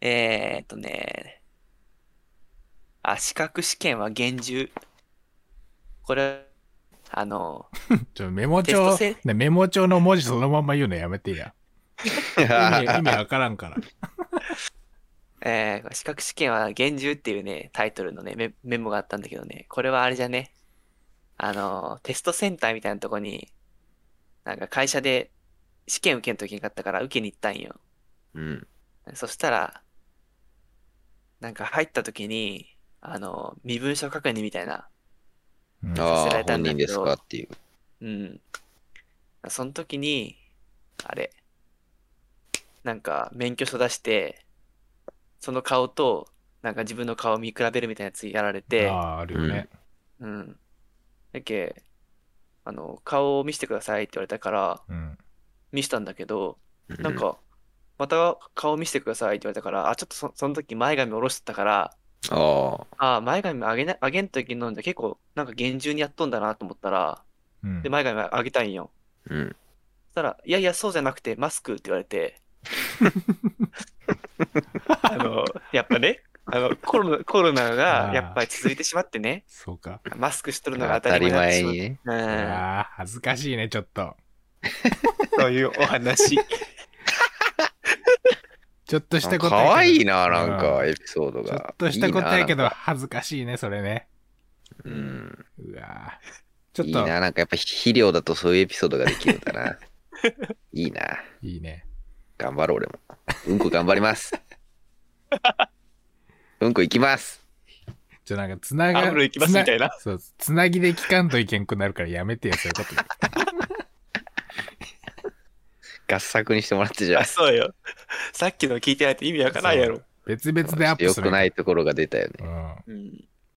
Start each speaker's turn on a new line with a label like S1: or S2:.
S1: えーっとね、あ、資格試験は厳重。これ、あの、
S2: ちょメモ
S1: テスト
S2: 帳、
S1: せ
S2: ね、メモ帳の文字そのまんま言うのやめて や。意味意味わからんから。
S1: えー資格試験は厳重っていうね、タイトルのね、メメモがあったんだけどね、これはあれじゃね、あの、テストセンターみたいなとこに、なんか会社で試験受けんといけんかったから受けに行ったんよ。
S3: うん。
S1: そしたら、なんか入った時に、あの、身分証確認みたいな、
S2: うん
S3: あ
S1: させら
S3: あ、
S1: れた
S3: 本
S1: んだ
S3: 人
S1: け
S3: で
S1: ど
S3: すかっていう。
S1: うん。その時に、あれ、なんか免許証出して、その顔と、なんか自分の顔を見比べるみたいなやつやられて、
S2: ああ、あるよね。
S1: うん。だっけ、あの、顔を見せてくださいって言われたから、
S2: うん。
S1: 見せたんだけど、なん
S3: う、
S1: か、また顔見せてくださいって言われたから、あ、ちょっとそ、その時前髪下ろしてたから、
S3: あ
S1: あ、前髪上げな、上げんといけんのんで、結構、なんか厳重にやっとんだなと思ったら、
S2: うん
S1: で、前髪上げたいんよ。
S3: あ、うん。
S1: そしたら、いやいや、そうじゃなくて、マスクって言われ て、あの、やっぱね、あの、コロナ、コロナ
S2: あ
S1: が
S2: ー
S1: やっぱり続いてしまってね、
S2: そうか。
S1: マスクしとるのが
S3: 当
S1: 当た
S3: た
S1: り
S3: り
S1: 前
S3: 前
S1: に
S3: に
S1: なってし
S3: ね。
S1: まってうん。
S2: ああ、恥ずかしいね、ちょっと。
S1: というお話。
S2: ちょっとしたこと
S3: かわいいな、
S2: う
S3: なんんか、エピソード
S2: ちょっ
S3: が。
S2: としたことやけ
S3: い
S2: ど、
S3: いな
S2: 恥ずかしいね、それね。
S3: なんかうん。
S2: うわーちょっ
S3: いい
S2: と、
S3: な、なんかやっぱ肥料だとそういうエピソードができるんだ な。いいな。
S2: いいね。
S3: 頑張ろう、俺も。うんこ頑張ります。うんこ行きます。
S2: ちょ、なんか、つな
S1: ア
S2: が、
S1: ムロ行きますみたいな
S2: つそう、つなぎで聞かんといけんくなるからやめてよ、そういうこと。
S3: 合作にしてもら ってじゃあ。
S1: そうよ。 さっきの聞いてないと意味わからんやろ。
S2: 別々でアップ
S3: 良
S2: する。
S3: くないところが出たよね。
S2: うん。
S1: うん。